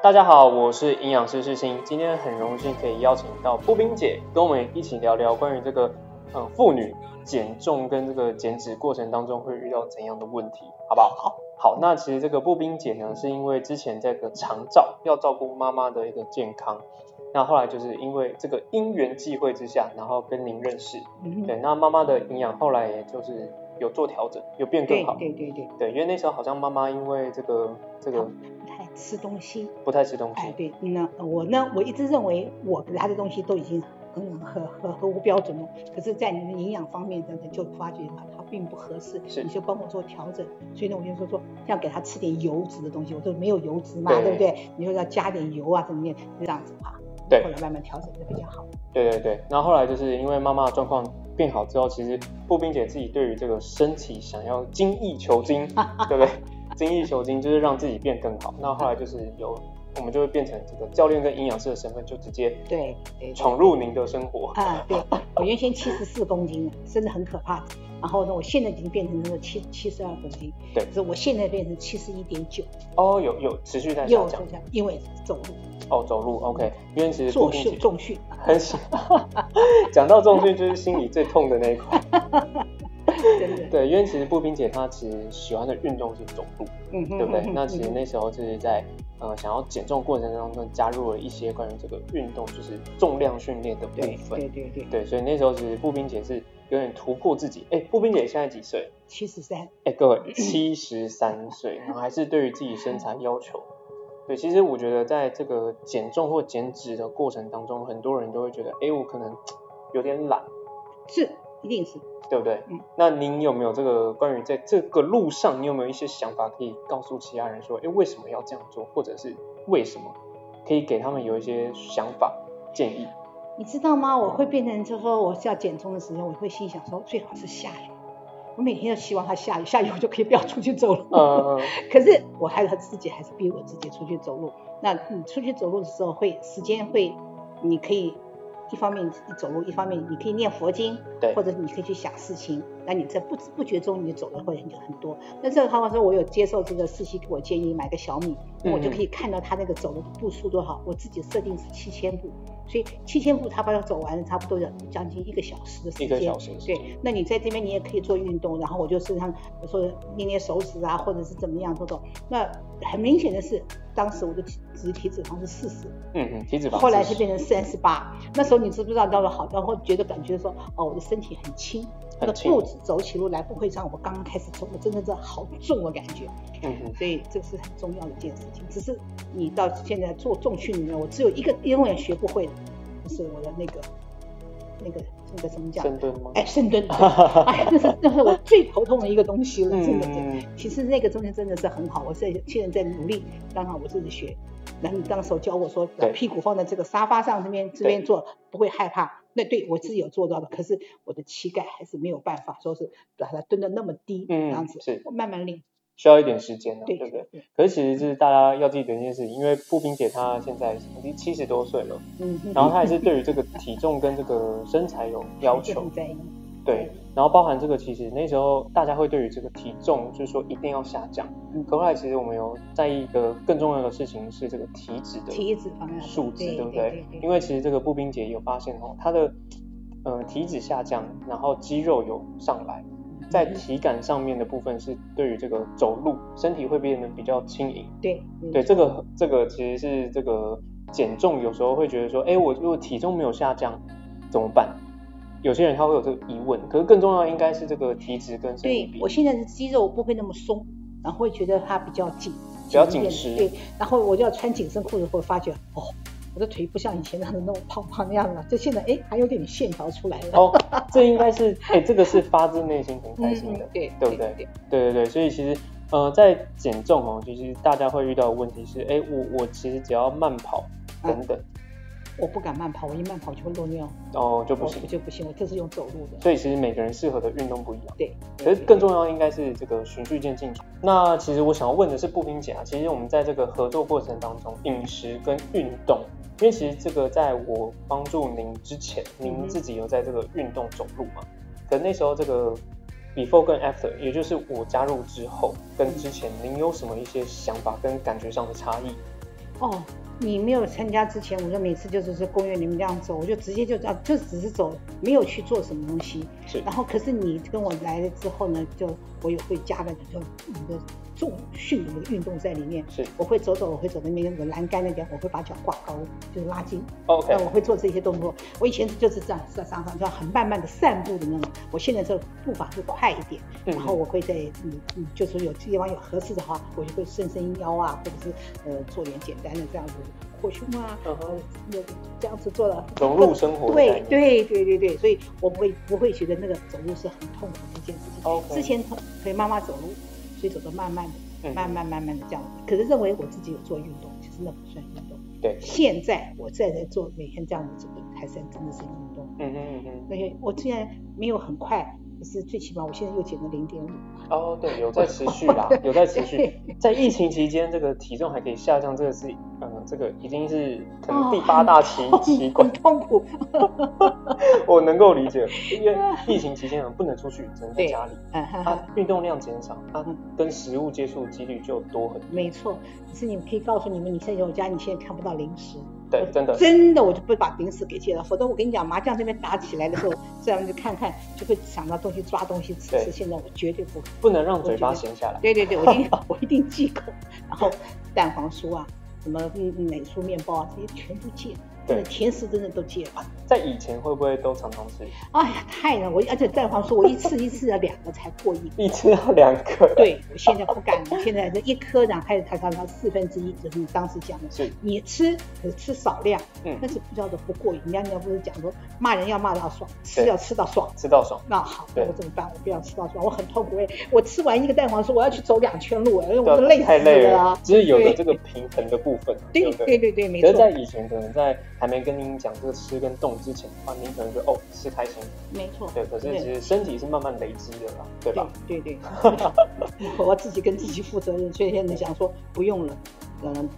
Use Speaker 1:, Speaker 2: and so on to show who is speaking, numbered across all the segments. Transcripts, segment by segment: Speaker 1: 大家好，我是营养师世新，今天很荣幸可以邀请到波冰姐跟我们一起聊聊关于这个呃妇女减重跟这个减脂过程当中会遇到怎样的问题，好不好？好，好，那其实这个波冰姐呢，是因为之前这个长照要照顾妈妈的一个健康，那后来就是因为这个因缘际会之下，然后跟您认识，
Speaker 2: 嗯
Speaker 1: 对，
Speaker 2: 哼，
Speaker 1: 那妈妈的营养后来也就是有做调整，有变更
Speaker 2: 对
Speaker 1: 好，
Speaker 2: 对对对，
Speaker 1: 对，因为那时候好像妈妈因为这个这个
Speaker 2: 不太吃东西。
Speaker 1: 不太吃东
Speaker 2: 哎，
Speaker 1: 西，
Speaker 2: 对，那我呢，我一直认为我给他的东西都已经很合合合乎标准了，可是，在你们营养方面真的就发觉它它并不合适，
Speaker 1: 是
Speaker 2: 你就帮我做调整。所以呢，我就说说要给他吃点油脂的东西，我说没有油脂嘛，
Speaker 1: 对
Speaker 2: 对不对？你说要加点油啊，怎么样这样子啊？
Speaker 1: 对
Speaker 2: 后来慢慢调整的比较好。
Speaker 1: 对对对，然后后来就是因为妈妈的状况变好之后，其实步兵姐自己对于这个身体想要精益求精，
Speaker 2: 啊
Speaker 1: 对不对？ 精益求精就是让自己变更好。那后来就是有我们就会变成这个教练跟营养师的身份，就直接
Speaker 2: 对对对。
Speaker 1: 闯入您的生活。
Speaker 2: 啊，对，我原先七十四公斤，真的很可怕。然后呢，我现在已经变成那个七七十二公斤，
Speaker 1: 对
Speaker 2: 可是我现在变成七十一点九，
Speaker 1: 哦，有有持续在下
Speaker 2: 又
Speaker 1: 降
Speaker 2: 这样，因为走路
Speaker 1: 哦，走路 OK，因为其实步
Speaker 2: 做
Speaker 1: 兵
Speaker 2: 事
Speaker 1: 姐
Speaker 2: 重训，啊
Speaker 1: 很喜， 讲到重训就是心里最痛的那一块。
Speaker 2: 真的，
Speaker 1: 对，因为其实步兵姐她其实喜欢的运动是走路。
Speaker 2: 嗯哼
Speaker 1: 对不对？那
Speaker 2: 嗯
Speaker 1: 其实
Speaker 2: 哼
Speaker 1: 那时候就是在呃想要减重过程当中加入了一些关于这个运动，就是重量训练的部
Speaker 2: 对
Speaker 1: 分。
Speaker 2: 对对对，
Speaker 1: 对所以那时候其实步兵姐是有点突破自己。哎，步兵姐现在几岁？
Speaker 2: 七十三，
Speaker 1: 哎，各位，七十三岁，然后还是对于自己身材要求。对，其实我觉得在这个减重或减脂的过程当中，很多人都会觉得，哎，我可能有点懒，
Speaker 2: 是一定是
Speaker 1: 对不对？
Speaker 2: 嗯
Speaker 1: 那您有没有这个关于在这个路上，你有没有一些想法可以告诉其他人说，哎，为什么要这样做，或者是为什么，可以给他们有一些想法建议？
Speaker 2: 你知道吗？我会变成就是说，我是要减重的时候，我会心想说，最好是下雨。我每天都希望它下雨，下雨我就可以不要出去走路。
Speaker 1: 呃，
Speaker 2: 可是我还是自己还是逼我自己出去走路。那你出去走路的时候会，时间会，你可以一方面一走路，一方面你可以念佛经，
Speaker 1: 对
Speaker 2: 或者你可以去想事情。那你在不知不觉中，你走的会很很多。那这个方法说，我有接受这个司机给我建议买个小米，那我就
Speaker 1: 嗯
Speaker 2: 可以看到他那个走的步数多少。我自己设定是七千步，所以七千步他把它走完，差不多要将近一个小时的时
Speaker 1: 一
Speaker 2: 间。
Speaker 1: 个小时，
Speaker 2: 对，那你在这边你也可以做运动，然后我就身上我说捏捏手指啊，或者是怎么样都懂。那很明显的是，当时我的体脂体脂肪是四十，
Speaker 1: 嗯嗯，体脂肪，
Speaker 2: 后来就变成三十八。那时候你知不知道到了好，然后觉得感觉说，哦，我的身体很轻，那
Speaker 1: 很
Speaker 2: 个
Speaker 1: 轻
Speaker 2: 步子走起路来不会像我刚刚开始走，我真的是好重的感觉。
Speaker 1: 嗯嗯，
Speaker 2: 所以这是很重要的一件事情。只是你到现在做重训里面，我只有一个永远学不会的，就是我的那个那个那个怎么讲？
Speaker 1: 深蹲吗？
Speaker 2: 哎，深蹲，哎呀，那是那是我最头痛的一个东西了，真的。真的
Speaker 1: 嗯，
Speaker 2: 其实那个中间真的是很好，我现在现在在努力，当然我自己学。然后你当时候教我说，把
Speaker 1: 对
Speaker 2: 屁股放在这个沙发上这边这边坐，不会害怕。那对我自己有做到的，可是我的膝盖还是没有办法，说是把它蹲得那么低，
Speaker 1: 嗯
Speaker 2: 这样子，
Speaker 1: 是
Speaker 2: 我慢慢练。
Speaker 1: 需要一点时间呢、啊
Speaker 2: 对
Speaker 1: 对不对？
Speaker 2: 对，
Speaker 1: 可是其实就是大家要记得一件事，因为步兵姐她现在已经七十多岁了，
Speaker 2: 嗯，
Speaker 1: 然后她还是对于这个体重跟这个身材有要求，
Speaker 2: 很在意。
Speaker 1: 对，然后包含这个，其实那时候大家会对于这个体重，就是说一定要下降。
Speaker 2: 嗯
Speaker 1: 可后来其实我们有在意一个更重要的事情是这个体脂的
Speaker 2: 体脂肪啊，
Speaker 1: 数字，对不
Speaker 2: 对
Speaker 1: 对？因为其实这个步兵姐有发现哦，她的呃体脂下降，然后肌肉有上来，在
Speaker 2: 嗯
Speaker 1: 体感上面的部分是对于这个走路身体会变得比较轻盈。
Speaker 2: 对嗯
Speaker 1: 对，这个这个其实是这个减重，有时候会觉得说，哎，我如果体重没有下降怎么办？有些人他会有这个疑问，可是更重要应该是这个体脂跟身体
Speaker 2: 对
Speaker 1: 比
Speaker 2: 我。现在的肌肉不会那么松，然后会觉得它比较紧，比
Speaker 1: 较紧实
Speaker 2: 对，然后我就要穿紧身裤子，会发觉哦，我的腿不像以前那样的那种胖胖那样了，就现在哎还有点线条出来了。
Speaker 1: 哦，这应该是，哎，这个是发自内心很开
Speaker 2: 嗯
Speaker 1: 心的
Speaker 2: 嗯，，对
Speaker 1: 对不对？对对对，所以其实，呃，在减重哦，其实大家会遇到的问题是，哎，我我其实只要慢跑等等，
Speaker 2: 我不敢慢跑，我一慢跑就会漏尿，
Speaker 1: 哦就不
Speaker 2: 我
Speaker 1: 行
Speaker 2: 我。就不行，我这是用走路的。
Speaker 1: 所以其实每个人适合的运动不一样。
Speaker 2: 对，
Speaker 1: 可是更重要应该是这个循序渐进。那其实我想要问的是，步兵姐啊，其实我们在这个合作过程当中，饮食跟运动，因为其实这个在我帮助您之前，
Speaker 2: 嗯
Speaker 1: 您
Speaker 2: 哼
Speaker 1: 自己有在这个运动走路嘛？可那时候这个 before 跟 after，也就是我加入之后跟之前，您有什么一些想法跟感觉上的差异？
Speaker 2: 哦，你没有参加之前，我就每次就只是公园里面这样走，我就直接就这样，就只是走，没有去做什么东西。
Speaker 1: 是
Speaker 2: 然后可是你跟我来了之后呢，就我也会加了就你的重训的那个运动在里面。
Speaker 1: 是
Speaker 2: 我会走走，我会走到那边有栏杆那边，我会把脚挂高，就是拉筋。
Speaker 1: 哦
Speaker 2: 哦
Speaker 1: ，OK，
Speaker 2: 那我会做这些动作。我以前就是这样上上上，就很慢慢的散步的那种。我现在这步伐会快一点，
Speaker 1: 嗯
Speaker 2: 然后我会在嗯嗯，就是有地方有合适的话，我就会伸伸腰啊，或者是呃做点简单的这样子扩胸啊，
Speaker 1: 嗯
Speaker 2: 呃
Speaker 1: 哼，
Speaker 2: 那这样子做了。
Speaker 1: 融入生活的概
Speaker 2: 对
Speaker 1: 念。
Speaker 2: 对对对对，所以我不会不会觉得那个走路是很痛苦的一件事情。
Speaker 1: OK
Speaker 2: 之前陪妈妈走路，所以走得慢慢的。
Speaker 1: 嗯
Speaker 2: 慢慢慢慢的这样，可是认为我自己有做运动，其实那不算运动。
Speaker 1: 对
Speaker 2: 现在我再来做每天这样子，这个还算真的是运动。
Speaker 1: 嗯哼嗯哼，
Speaker 2: 而且我虽然没有很快，可是最起码我现在又减了零点五。
Speaker 1: 哦，对，有在持续啦，有在持续。 在疫情期间，这个体重还可以下降，这个是，嗯，这个已经是可能第八大奇
Speaker 2: 哦
Speaker 1: 奇怪
Speaker 2: 很，痛苦。
Speaker 1: 我能够理解，因 为疫情期间啊不能出去，只能在家里，
Speaker 2: 嗯哈哈
Speaker 1: 啊，运动量减少，啊，跟食物接触几率就多很多。
Speaker 2: 没错，可是你可以告诉你们，你现在我家你现在看不到零食，
Speaker 1: 对，真的，
Speaker 2: 真的我就不把零食给戒了，否则我跟你讲，麻将这边打起来的 时候，这样就看看就会想到东西抓东西吃
Speaker 1: 对
Speaker 2: 吃。现在我绝对不
Speaker 1: 不能让嘴巴闲下来。
Speaker 2: 对对对，我一定我一定忌口，然后蛋黄酥 啊，什么嗯奶酥面包啊，这些全部戒，真
Speaker 1: 对
Speaker 2: 的甜食真的都戒了。
Speaker 1: 在以前会不会都常常吃？
Speaker 2: 哎呀，太难，我而且蛋黄酥我一次一次的两个才过瘾。
Speaker 1: 一吃要两个。，
Speaker 2: 对，我现在不敢了，现在这一颗然后还有它它它四分之一，就是你当时讲的。
Speaker 1: 是，
Speaker 2: 你吃可是吃少量，
Speaker 1: 嗯
Speaker 2: 但是不叫做不过瘾。人家人家不是讲说骂人要骂到爽，吃
Speaker 1: 对
Speaker 2: 要吃到爽。
Speaker 1: 吃到爽。
Speaker 2: 那好，
Speaker 1: 对
Speaker 2: 那我怎么办？我不要吃到爽，我很痛苦。我也我吃完一个蛋黄酥，我要去走两圈路，哎，我都累死
Speaker 1: 太累
Speaker 2: 了
Speaker 1: 了
Speaker 2: 啊，！
Speaker 1: 只是有的
Speaker 2: 对
Speaker 1: 这个平衡的部分，
Speaker 2: 对
Speaker 1: 不对？
Speaker 2: 对对对，没
Speaker 1: 可
Speaker 2: 错
Speaker 1: 是，。在以前，可能在还没跟您讲这个吃跟动之前的话，您可能觉得哦吃开心，
Speaker 2: 没错，
Speaker 1: 对。可是其实身体是慢慢累积的啦，对吧？
Speaker 2: 对对对， 我要自己跟自己负责任，所以现在想说不用了，嗯，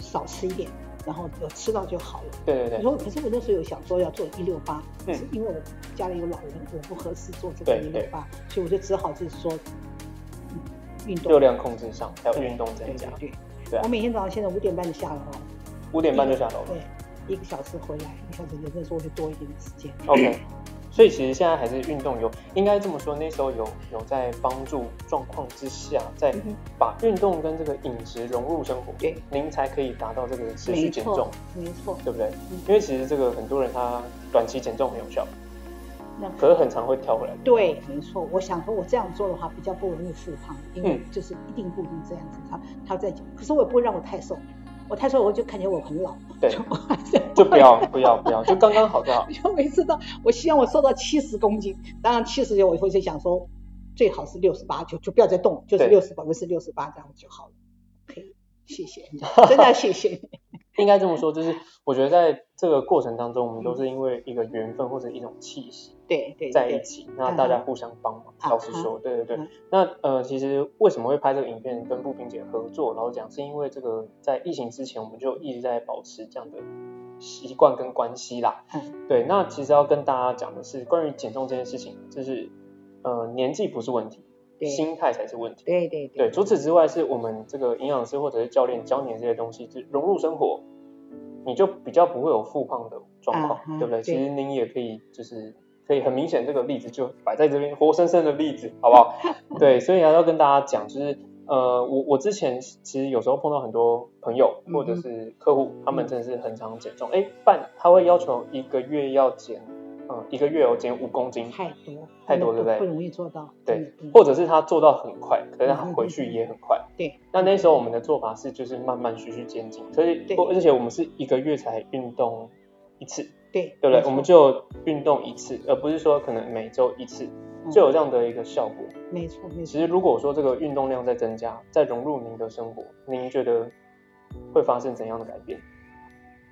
Speaker 2: 少吃一点，然后有吃到就好了。
Speaker 1: 对对
Speaker 2: 你
Speaker 1: 对，
Speaker 2: 说，可是我那时候有想说要做一六八，
Speaker 1: 嗯
Speaker 2: 是因为我家里有老人，我不合适做这个
Speaker 1: 对
Speaker 2: 一
Speaker 1: 对
Speaker 2: 六八，所以我就只好就是说嗯运动
Speaker 1: 热量控制上还有
Speaker 2: 对
Speaker 1: 运动
Speaker 2: 对
Speaker 1: 增加，
Speaker 2: 对
Speaker 1: 对
Speaker 2: 对
Speaker 1: 啊，
Speaker 2: 我每天早上现在五点半就下楼了，
Speaker 1: 五点半就下楼了。
Speaker 2: 对，一个小时回来，一个小时有的时候会多一点的时间。
Speaker 1: OK，所以其实现在还是运动有，应该这么说，那时候有有在帮助状况之下，在
Speaker 2: 嗯哼
Speaker 1: 把运动跟这个饮食融入生活，
Speaker 2: 对，
Speaker 1: 您才可以达到这个持续
Speaker 2: 没
Speaker 1: 减重
Speaker 2: 错，，没错，
Speaker 1: 对不对
Speaker 2: 嗯？
Speaker 1: 因为其实这个很多人他短期减重很有效，
Speaker 2: 那
Speaker 1: 可是很常会跳回来。
Speaker 2: 对，没错。我想说，我这样做的话比较不容易复胖，因为
Speaker 1: 嗯
Speaker 2: 就是一定固定这样子。他他在，可是我也不会让我太瘦，我太瘦我就感觉我很老。
Speaker 1: 对
Speaker 2: 就我还 是
Speaker 1: 就不要不要不要，就刚刚好就好。
Speaker 2: 就每次到，我希望我瘦到七十公斤，当然七十我会就想说，最好是六十八，就就不要再动，就是
Speaker 1: 对
Speaker 2: 六十百分之六十八这样就好了。可以，谢谢， 真的谢谢。
Speaker 1: 应该这么说，就是我觉得在这个过程当中，我们都是因为一个缘分或者一种气息
Speaker 2: 对对
Speaker 1: 在一
Speaker 2: 对，
Speaker 1: 起，那大家互相帮忙。
Speaker 2: 嗯
Speaker 1: 老实说，对对对
Speaker 2: 嗯。
Speaker 1: 那呃，其实为什么会拍这个影片跟步兵姐合作？老实讲，是因为这个在疫情之前，我们就一直在保持这样的习惯跟关系啦。
Speaker 2: 嗯，
Speaker 1: 对，那其实要跟大家讲的是，关于减重这件事情，就是呃年纪不是问题，
Speaker 2: 对
Speaker 1: 心态才是问题。
Speaker 2: 对对
Speaker 1: 对，除此之外，是我们这个营养师或者是教练教你的这些东西，就融入生活，你就比较不会有复胖的状况
Speaker 2: 啊，哈
Speaker 1: 对不对？
Speaker 2: 对
Speaker 1: 其实您也可以，就是可以很明显这个例子就摆在这边，活生生的例子，好不 好？对，所以还要跟大家讲，就是呃，我我之前其实有时候碰到很多朋友
Speaker 2: 嗯哼嗯
Speaker 1: 或者是客户，他们真的是很常减重，哎，半他会要求一个月要减，嗯、一个月有减五公斤，
Speaker 2: 太多
Speaker 1: 太多
Speaker 2: 真
Speaker 1: 对不对
Speaker 2: 的不容易做到。嗯
Speaker 1: 对
Speaker 2: 真的，不容易
Speaker 1: 或者是他做到很快，可是他回
Speaker 2: 嗯
Speaker 1: 去也很快。
Speaker 2: 对，
Speaker 1: 那那时候我们的做法是，就是慢慢循序渐进，所以
Speaker 2: 对
Speaker 1: 我而且我们是一个月才运动一次，
Speaker 2: 对
Speaker 1: 对不
Speaker 2: 没
Speaker 1: 对？
Speaker 2: 错
Speaker 1: 我们就运动一次，而不是说可能每周一次，
Speaker 2: 嗯
Speaker 1: 就有这样的一个效果。
Speaker 2: 没错没
Speaker 1: 其
Speaker 2: 错。
Speaker 1: 实如果说这个运动量在增加，再融入您的生活，您觉得会发生怎样的改变？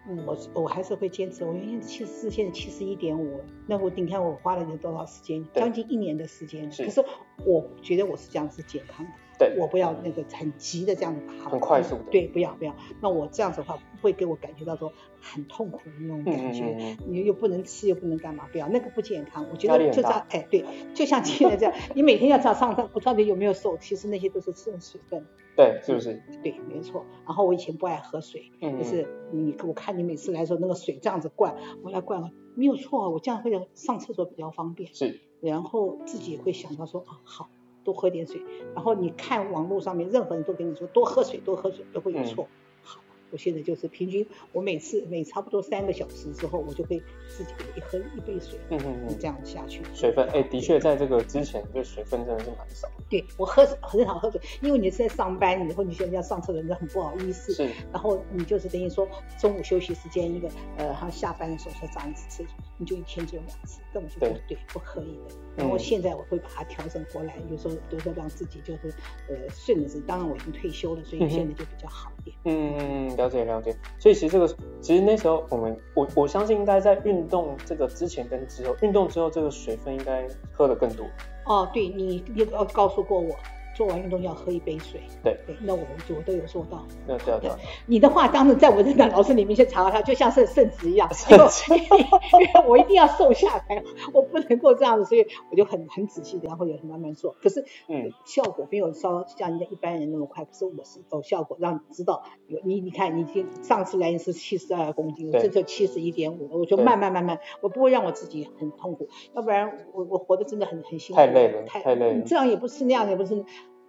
Speaker 2: 嗯，我我还是会坚持。我原先七十四，现在七十一点五，那我你看我花了有多少时间？
Speaker 1: 对
Speaker 2: 将近一年的时间。
Speaker 1: 是
Speaker 2: 可是我觉得我是这样是健康的，
Speaker 1: 对
Speaker 2: 我不要那个很急的这样子爬，
Speaker 1: 很快速的
Speaker 2: 对，不要不要。那我这样子的话，会给我感觉到说很痛苦的那种
Speaker 1: 嗯
Speaker 2: 感
Speaker 1: 嗯
Speaker 2: 觉。
Speaker 1: 嗯嗯，
Speaker 2: 你又不能吃，又不能干嘛，不要那个不健康。我觉
Speaker 1: 压力
Speaker 2: 得
Speaker 1: 很
Speaker 2: 就这
Speaker 1: 大
Speaker 2: 样，哎，对，就像现在这样，你每天要这样上上，我到底有没有瘦？其实那些都是吃的水分，
Speaker 1: 对，是不是？
Speaker 2: 对，没错。然后我以前不爱喝水，
Speaker 1: 嗯，嗯
Speaker 2: 就是你我看你每次来说那个水这样子灌，我来灌，没有错啊，我这样会上厕所比较方便。
Speaker 1: 是，
Speaker 2: 然后自己会想到说，啊，好，多喝点水。然后你看网络上面任何人都跟你说多喝水，多喝水，都会
Speaker 1: 嗯
Speaker 2: 有错。好，我现在就是平均，我每次每差不多三个小时之后，我就会自己一喝一杯水，
Speaker 1: 嗯嗯嗯
Speaker 2: 这。样下去。
Speaker 1: 水分，哎、的确，在这个之前，这水分真的是蛮少的。
Speaker 2: 对我喝很少喝水，因为你是在上班，以后你现在要上厕所，你就很不好意思。
Speaker 1: 是，
Speaker 2: 然后你就是等于说中午休息时间一个，呃，还有下班的时候才上一次厕所，你就一天只有两次，根本就不对，不可以的。然后
Speaker 1: 嗯
Speaker 2: 现在我会把它调整过来，有时候都是让自己就是呃顺着自己。当然我已经退休了，所
Speaker 1: 嗯
Speaker 2: 以
Speaker 1: 哼
Speaker 2: 现在就比较好一点。
Speaker 1: 嗯嗯嗯，了解了解。所以其实这个，其实那时候我们，我我相信应该在运动这个之前跟之后，运动之后这个水分应该喝的更多。
Speaker 2: 哦，对你你告告诉过我，做完运动要喝一杯水。
Speaker 1: 对
Speaker 2: 对，那我我都有做到。
Speaker 1: 对啊对对，
Speaker 2: 你的话当然在我这档老师里面先查到它，就像圣圣旨一样，
Speaker 1: 圣
Speaker 2: 因为我因 为我一定要瘦下来，我不能够这样子，所以我就很很仔细，然后也慢慢做。可是
Speaker 1: 嗯，
Speaker 2: 效果没有稍像人家一般人那么快，可是我是有效果，让你知道有你你看，你已经上次来你是七十二公斤，我
Speaker 1: 对
Speaker 2: 这就七十一点五，我就
Speaker 1: 对
Speaker 2: 慢慢慢慢，我不会让我自己很痛苦，要不然我我活得真的很很辛苦，
Speaker 1: 太累了
Speaker 2: 太嗯
Speaker 1: 太累了
Speaker 2: 这样也不是那样也不是，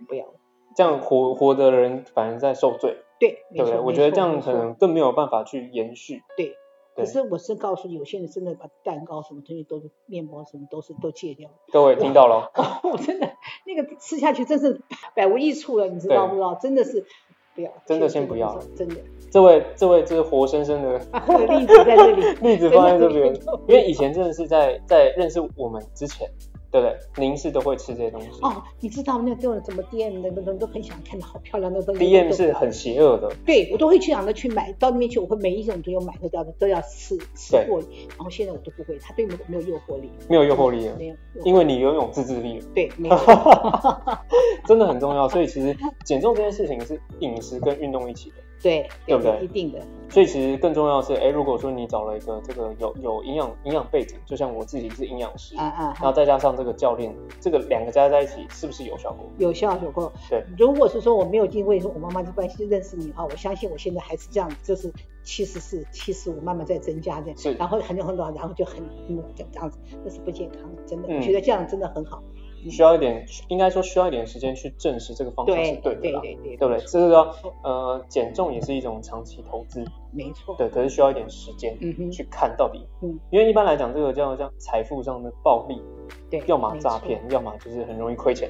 Speaker 2: 不要。
Speaker 1: 这样活活的人反而在受罪，
Speaker 2: 对，没
Speaker 1: 对不
Speaker 2: 错
Speaker 1: 对？
Speaker 2: 没
Speaker 1: 我觉得
Speaker 2: 错
Speaker 1: 这样
Speaker 2: 没
Speaker 1: 可
Speaker 2: 错
Speaker 1: 能更没有办法去延续。
Speaker 2: 对。
Speaker 1: 对
Speaker 2: 可是我是告诉你，有些人真的把蛋糕什么东西都是面包什么都是都戒掉了。
Speaker 1: 各位听到了，哦
Speaker 2: 我真的那个吃下去真是百无一处了，你知道
Speaker 1: 对
Speaker 2: 不知道？真的是不要，
Speaker 1: 真的
Speaker 2: 这
Speaker 1: 先
Speaker 2: 个
Speaker 1: 不要
Speaker 2: 是，真的
Speaker 1: 这位这位就是活生生的
Speaker 2: 例子在这里。
Speaker 1: 例子放在这边
Speaker 2: 真的，
Speaker 1: 因为以前真的是在在认识我们之前，对不对？您是都会吃这些东西。
Speaker 2: 哦，你知道那种怎么 DM 的那种都很想看到好漂亮的东西。
Speaker 1: D M
Speaker 2: 我都
Speaker 1: 是很邪恶的，
Speaker 2: 对我都会去让他去买，到那边去我会每一种都要买，都要都要吃吃
Speaker 1: 对
Speaker 2: 过，然后现在我都不会，他对我没有诱惑力，
Speaker 1: 没有诱惑力了，
Speaker 2: 没有诱惑，
Speaker 1: 因为你拥有自制力了，
Speaker 2: 对， 没有。
Speaker 1: 真的很重要。所以其实减重这件事情是饮食跟运动一起的。
Speaker 2: 对，
Speaker 1: 对不对
Speaker 2: 一定的，
Speaker 1: 所以其实更重要的是，哎，如果说你找了一个这个有有营养营养背景，就像我自己是营养师，
Speaker 2: 啊啊。
Speaker 1: 然后再加上这个教练，这个两个加在一起是不是有效果？
Speaker 2: 有效有够。
Speaker 1: 对，
Speaker 2: 如果是说我没有因为说我妈妈的关系认识你的话，我相信我现在还是这样，就是七十四、七十五慢慢在增加这
Speaker 1: 是
Speaker 2: 样，然后很久很久，然后就很嗯这这样子，那是不健康的，真的，
Speaker 1: 嗯
Speaker 2: 我觉得这样真的很好。
Speaker 1: 需要一点，应该说需要一点时间去证实这个方向是对
Speaker 2: 对
Speaker 1: 的
Speaker 2: 对
Speaker 1: 啦，
Speaker 2: 对对，
Speaker 1: 对不对？这个要呃减重也是一种长期投资，
Speaker 2: 没错。
Speaker 1: 对，可是需要一点时间
Speaker 2: 嗯哼，
Speaker 1: 去看到底，
Speaker 2: 嗯
Speaker 1: 因为一般来讲，这个叫叫财富上的暴利，
Speaker 2: 对，
Speaker 1: 要么
Speaker 2: 没错
Speaker 1: 诈骗，。要么就是很容易亏钱。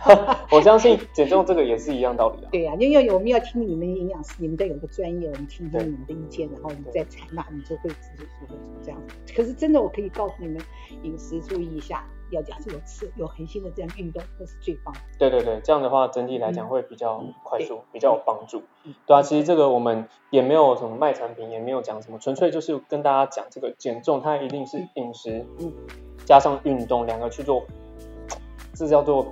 Speaker 1: 我相信减重这个也是一样道理的。啊
Speaker 2: 对呀、啊因为我们要听你们营养师，你们的有个专业，我们听听
Speaker 1: 对
Speaker 2: 你们的意见，然后你
Speaker 1: 对
Speaker 2: 再采纳，你就会自己就会这样。可是真的，我可以告诉你们，饮食注意一下，要讲是有吃有恒心的这样运动，这是最棒的。
Speaker 1: 对对对，这样的话整体来讲
Speaker 2: 嗯
Speaker 1: 会比较快
Speaker 2: 对
Speaker 1: 速，比较有帮助
Speaker 2: 嗯。
Speaker 1: 对啊，其实这个我们也没有什么卖产品，也没有讲什么，纯粹就是跟大家讲这个减重，它一定是饮食
Speaker 2: 嗯
Speaker 1: 加上运动两个去做，这叫做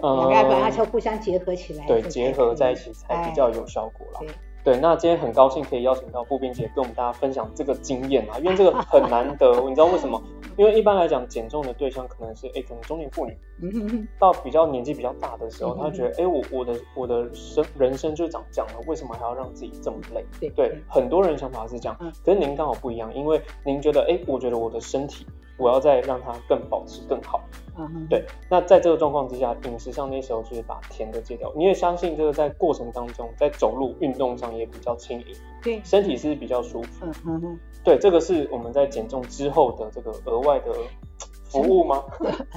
Speaker 2: 两个要把它
Speaker 1: 呃，
Speaker 2: 互相结合起来，
Speaker 1: 对，
Speaker 2: 这才
Speaker 1: 结合
Speaker 2: 可以
Speaker 1: 在一起才比较有效果啦
Speaker 2: 哎。
Speaker 1: 对，那今天很高兴可以邀请到步兵姐跟我们大家分享这个经验啊，因为 这个很难得，你知道为什么？因为一般来讲减重的对象可能是哎，可能中年妇女。
Speaker 2: 嗯哼哼，
Speaker 1: 到比较年纪比较大的时候，
Speaker 2: 嗯
Speaker 1: 他觉得，哎、我我的我的生人生就长这样了，为什么还要让自己这么累？
Speaker 2: 对
Speaker 1: 对，，很多人想法是这样
Speaker 2: 嗯，
Speaker 1: 可是您刚好不一样，因为您觉得，哎、我觉得我的身体，我要再让它更保持更好。
Speaker 2: 嗯哼，
Speaker 1: 对，那在这个状况之下，饮食上那时候就是把甜的戒掉。你也相信这个在过程当中，在走路运动上也比较轻盈，
Speaker 2: 嗯对，
Speaker 1: 身体是比较舒服。
Speaker 2: 嗯哼哼，
Speaker 1: 对，这个是我们在减重之后的这个额外的服务 吗？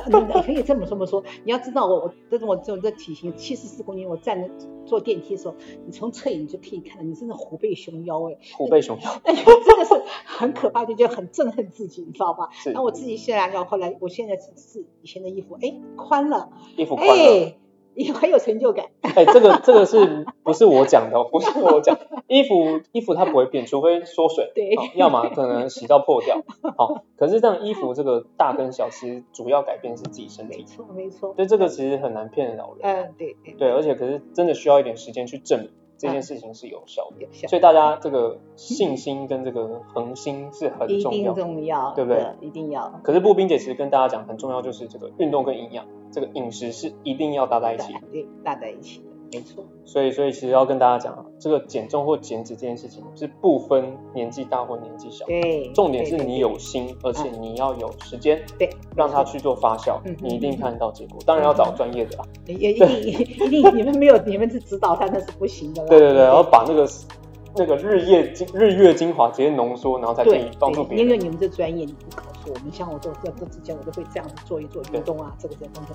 Speaker 2: 那个嗯可以这么这么说，你要知道我我这种我这种这体型七十四公斤，我站着坐电梯的时候，你从侧影就可以看到，你真的虎背熊腰哎，
Speaker 1: 虎背熊腰
Speaker 2: 那就真的是很可怕，就觉得很憎恨自己，你知道吧？
Speaker 1: 是
Speaker 2: 然后我自己现在要后来，我现在是是以前的衣服，哎，宽了，
Speaker 1: 衣服宽了，
Speaker 2: 哎，也很有成就感。
Speaker 1: 哎、这个这个是不是我讲的哦？不是我讲，衣服衣服它不会变，除非缩水，
Speaker 2: 对
Speaker 1: 哦、要么可能洗到破掉。好、可是这样衣服这个大跟小，其实主要改变是自己身
Speaker 2: 没
Speaker 1: 体，
Speaker 2: 错，没错。
Speaker 1: 所以这个其实很难骗老人。
Speaker 2: 嗯，对对，
Speaker 1: 对，而且可是真的需要一点时间去证明这
Speaker 2: 嗯
Speaker 1: 件事情是有效的。
Speaker 2: 有效，
Speaker 1: 所以大家这个信心跟这个恒心是很
Speaker 2: 一
Speaker 1: 重要的。
Speaker 2: 定重要，
Speaker 1: 对不对？
Speaker 2: 一定要
Speaker 1: 可是步兵姐其实跟大家讲很重要，就是这个运动跟营养，这个饮食是一定要搭在一起。
Speaker 2: 对搭在一起的，没错。
Speaker 1: 所以，所以其实要跟大家讲啊，这个减重或减脂这件事情是不分年纪大或年纪小，
Speaker 2: 对，
Speaker 1: 重点是
Speaker 2: 对对
Speaker 1: 你
Speaker 2: 对嗯
Speaker 1: 有心，而且你要有时间，
Speaker 2: 对，
Speaker 1: 让它去做发酵
Speaker 2: 嗯，
Speaker 1: 你一定看得到结果。当然要找专业的啦，啊
Speaker 2: 也一定一定，你们没有，你们是指导他那是不行的啦。
Speaker 1: 对对对，然后把那个那个日夜精日月精华直接浓缩，然后才可以
Speaker 2: 对
Speaker 1: 帮助
Speaker 2: 对，
Speaker 1: 别
Speaker 2: 因为
Speaker 1: 人。
Speaker 2: 你们这专业，你不搞错。我们像我做这这之前，我都会这样子做一做运动啊，这个这个动作。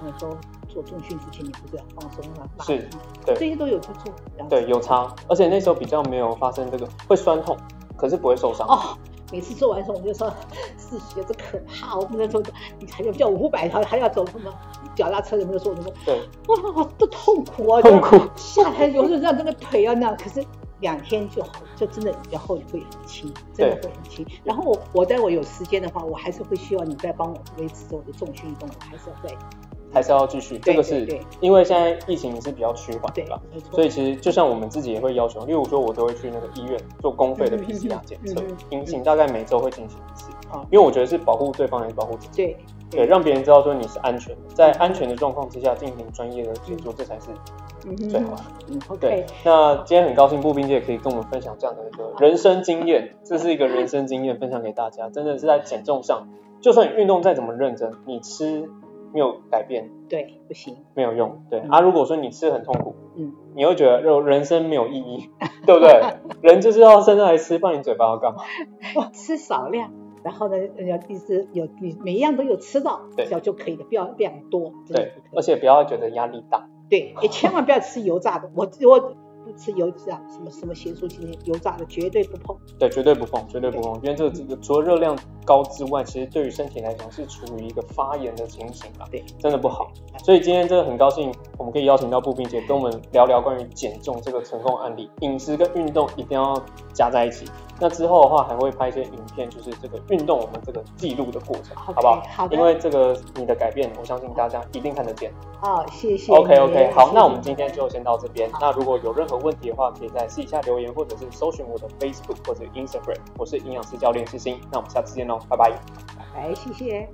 Speaker 2: 他们说做重训之前，你不是要放松啊，拉
Speaker 1: 是
Speaker 2: 筋
Speaker 1: 对
Speaker 2: 这些都有去做。然后
Speaker 1: 对，有差，而且那时候比较没有发生这个会酸痛，可是不会受伤。
Speaker 2: 哦，每次做完的时候，我们就说四十这可怕，我们那时候你还要叫五百，还还要走什么脚踏车，有没有说我们说
Speaker 1: 对，
Speaker 2: 哇，好多痛苦啊，
Speaker 1: 痛苦。
Speaker 2: 下来有时候让那个腿啊那样，可是两天就好，就真的以后会很轻，真的会很轻。然后我我待我有时间的话，我还是会希望你再帮我维持着我的重训运动，我还是要再
Speaker 1: 还是要继续。这
Speaker 2: 对
Speaker 1: 个
Speaker 2: 对
Speaker 1: 是
Speaker 2: 对
Speaker 1: 因为现在疫情是比较趋缓的
Speaker 2: 对
Speaker 1: 吧，，
Speaker 2: 没错
Speaker 1: 啊所以其实就像我们自己也会要求，例如说我都会去那个医院做公费的
Speaker 2: 嗯嗯嗯
Speaker 1: PCR 检测
Speaker 2: 嗯嗯，
Speaker 1: 阴性大概每周会进行一次
Speaker 2: 哦，
Speaker 1: 因为我觉得是保护对方也是保护自己，
Speaker 2: 对
Speaker 1: 对，让别人知道说你是安全的，在安全的状况之下进行专业的解说，这才是
Speaker 2: 嗯
Speaker 1: 最好的。啊
Speaker 2: 嗯
Speaker 1: 对
Speaker 2: ，OK，，
Speaker 1: 那今天很高兴步兵姐可以跟我们分享这样的一个人生经验，这是一个人生经验分享给大家，真的是在减重上，就算你运动再怎么认真，你吃没有改变，
Speaker 2: 对，不行，
Speaker 1: 没有用。对、
Speaker 2: 嗯
Speaker 1: 啊，如果说你吃很痛苦，
Speaker 2: 嗯，
Speaker 1: 你会觉得人人生没有意 义，对不对？人就是要生下来吃饭，你嘴巴要干嘛？
Speaker 2: 哦吃少量。然后呢，要一直有你每一样都有吃到，
Speaker 1: 对
Speaker 2: 这样就可以了，不要量多，真的
Speaker 1: 对
Speaker 2: 不可以，
Speaker 1: 而且不要觉得压力大。
Speaker 2: 对，也千万不要吃油炸的，我我不吃油炸，什么什么咸酥鸡、油炸的绝对不碰。
Speaker 1: 对，绝对不碰，绝对不
Speaker 2: 嗯
Speaker 1: 碰，因为这个这个除了热量高之外，其实对于身体来讲是处于一个发炎的情形啊，
Speaker 2: 对，
Speaker 1: 真的不好。所以今天真的很高兴，我们可以邀请到步兵姐跟我们聊聊关于减重这个成功案例，饮食跟运动一定要加在一起。那之后的话，还会拍一些影片，就是这个运动我们这个记录的过程，好不好？
Speaker 2: 好的，
Speaker 1: 因为这个你的改变，我相信大家一定看得见。
Speaker 2: 好，谢谢你。
Speaker 1: OK OK，好，那我们今
Speaker 2: 天
Speaker 1: 天就先到这边。那如果有任何问题的话，可以在私底下留言，或者是搜寻我的 Facebook 或者 Instagram。我是营养师教练志新，那我们下次见喽，拜拜。
Speaker 2: 哎拜拜，谢谢。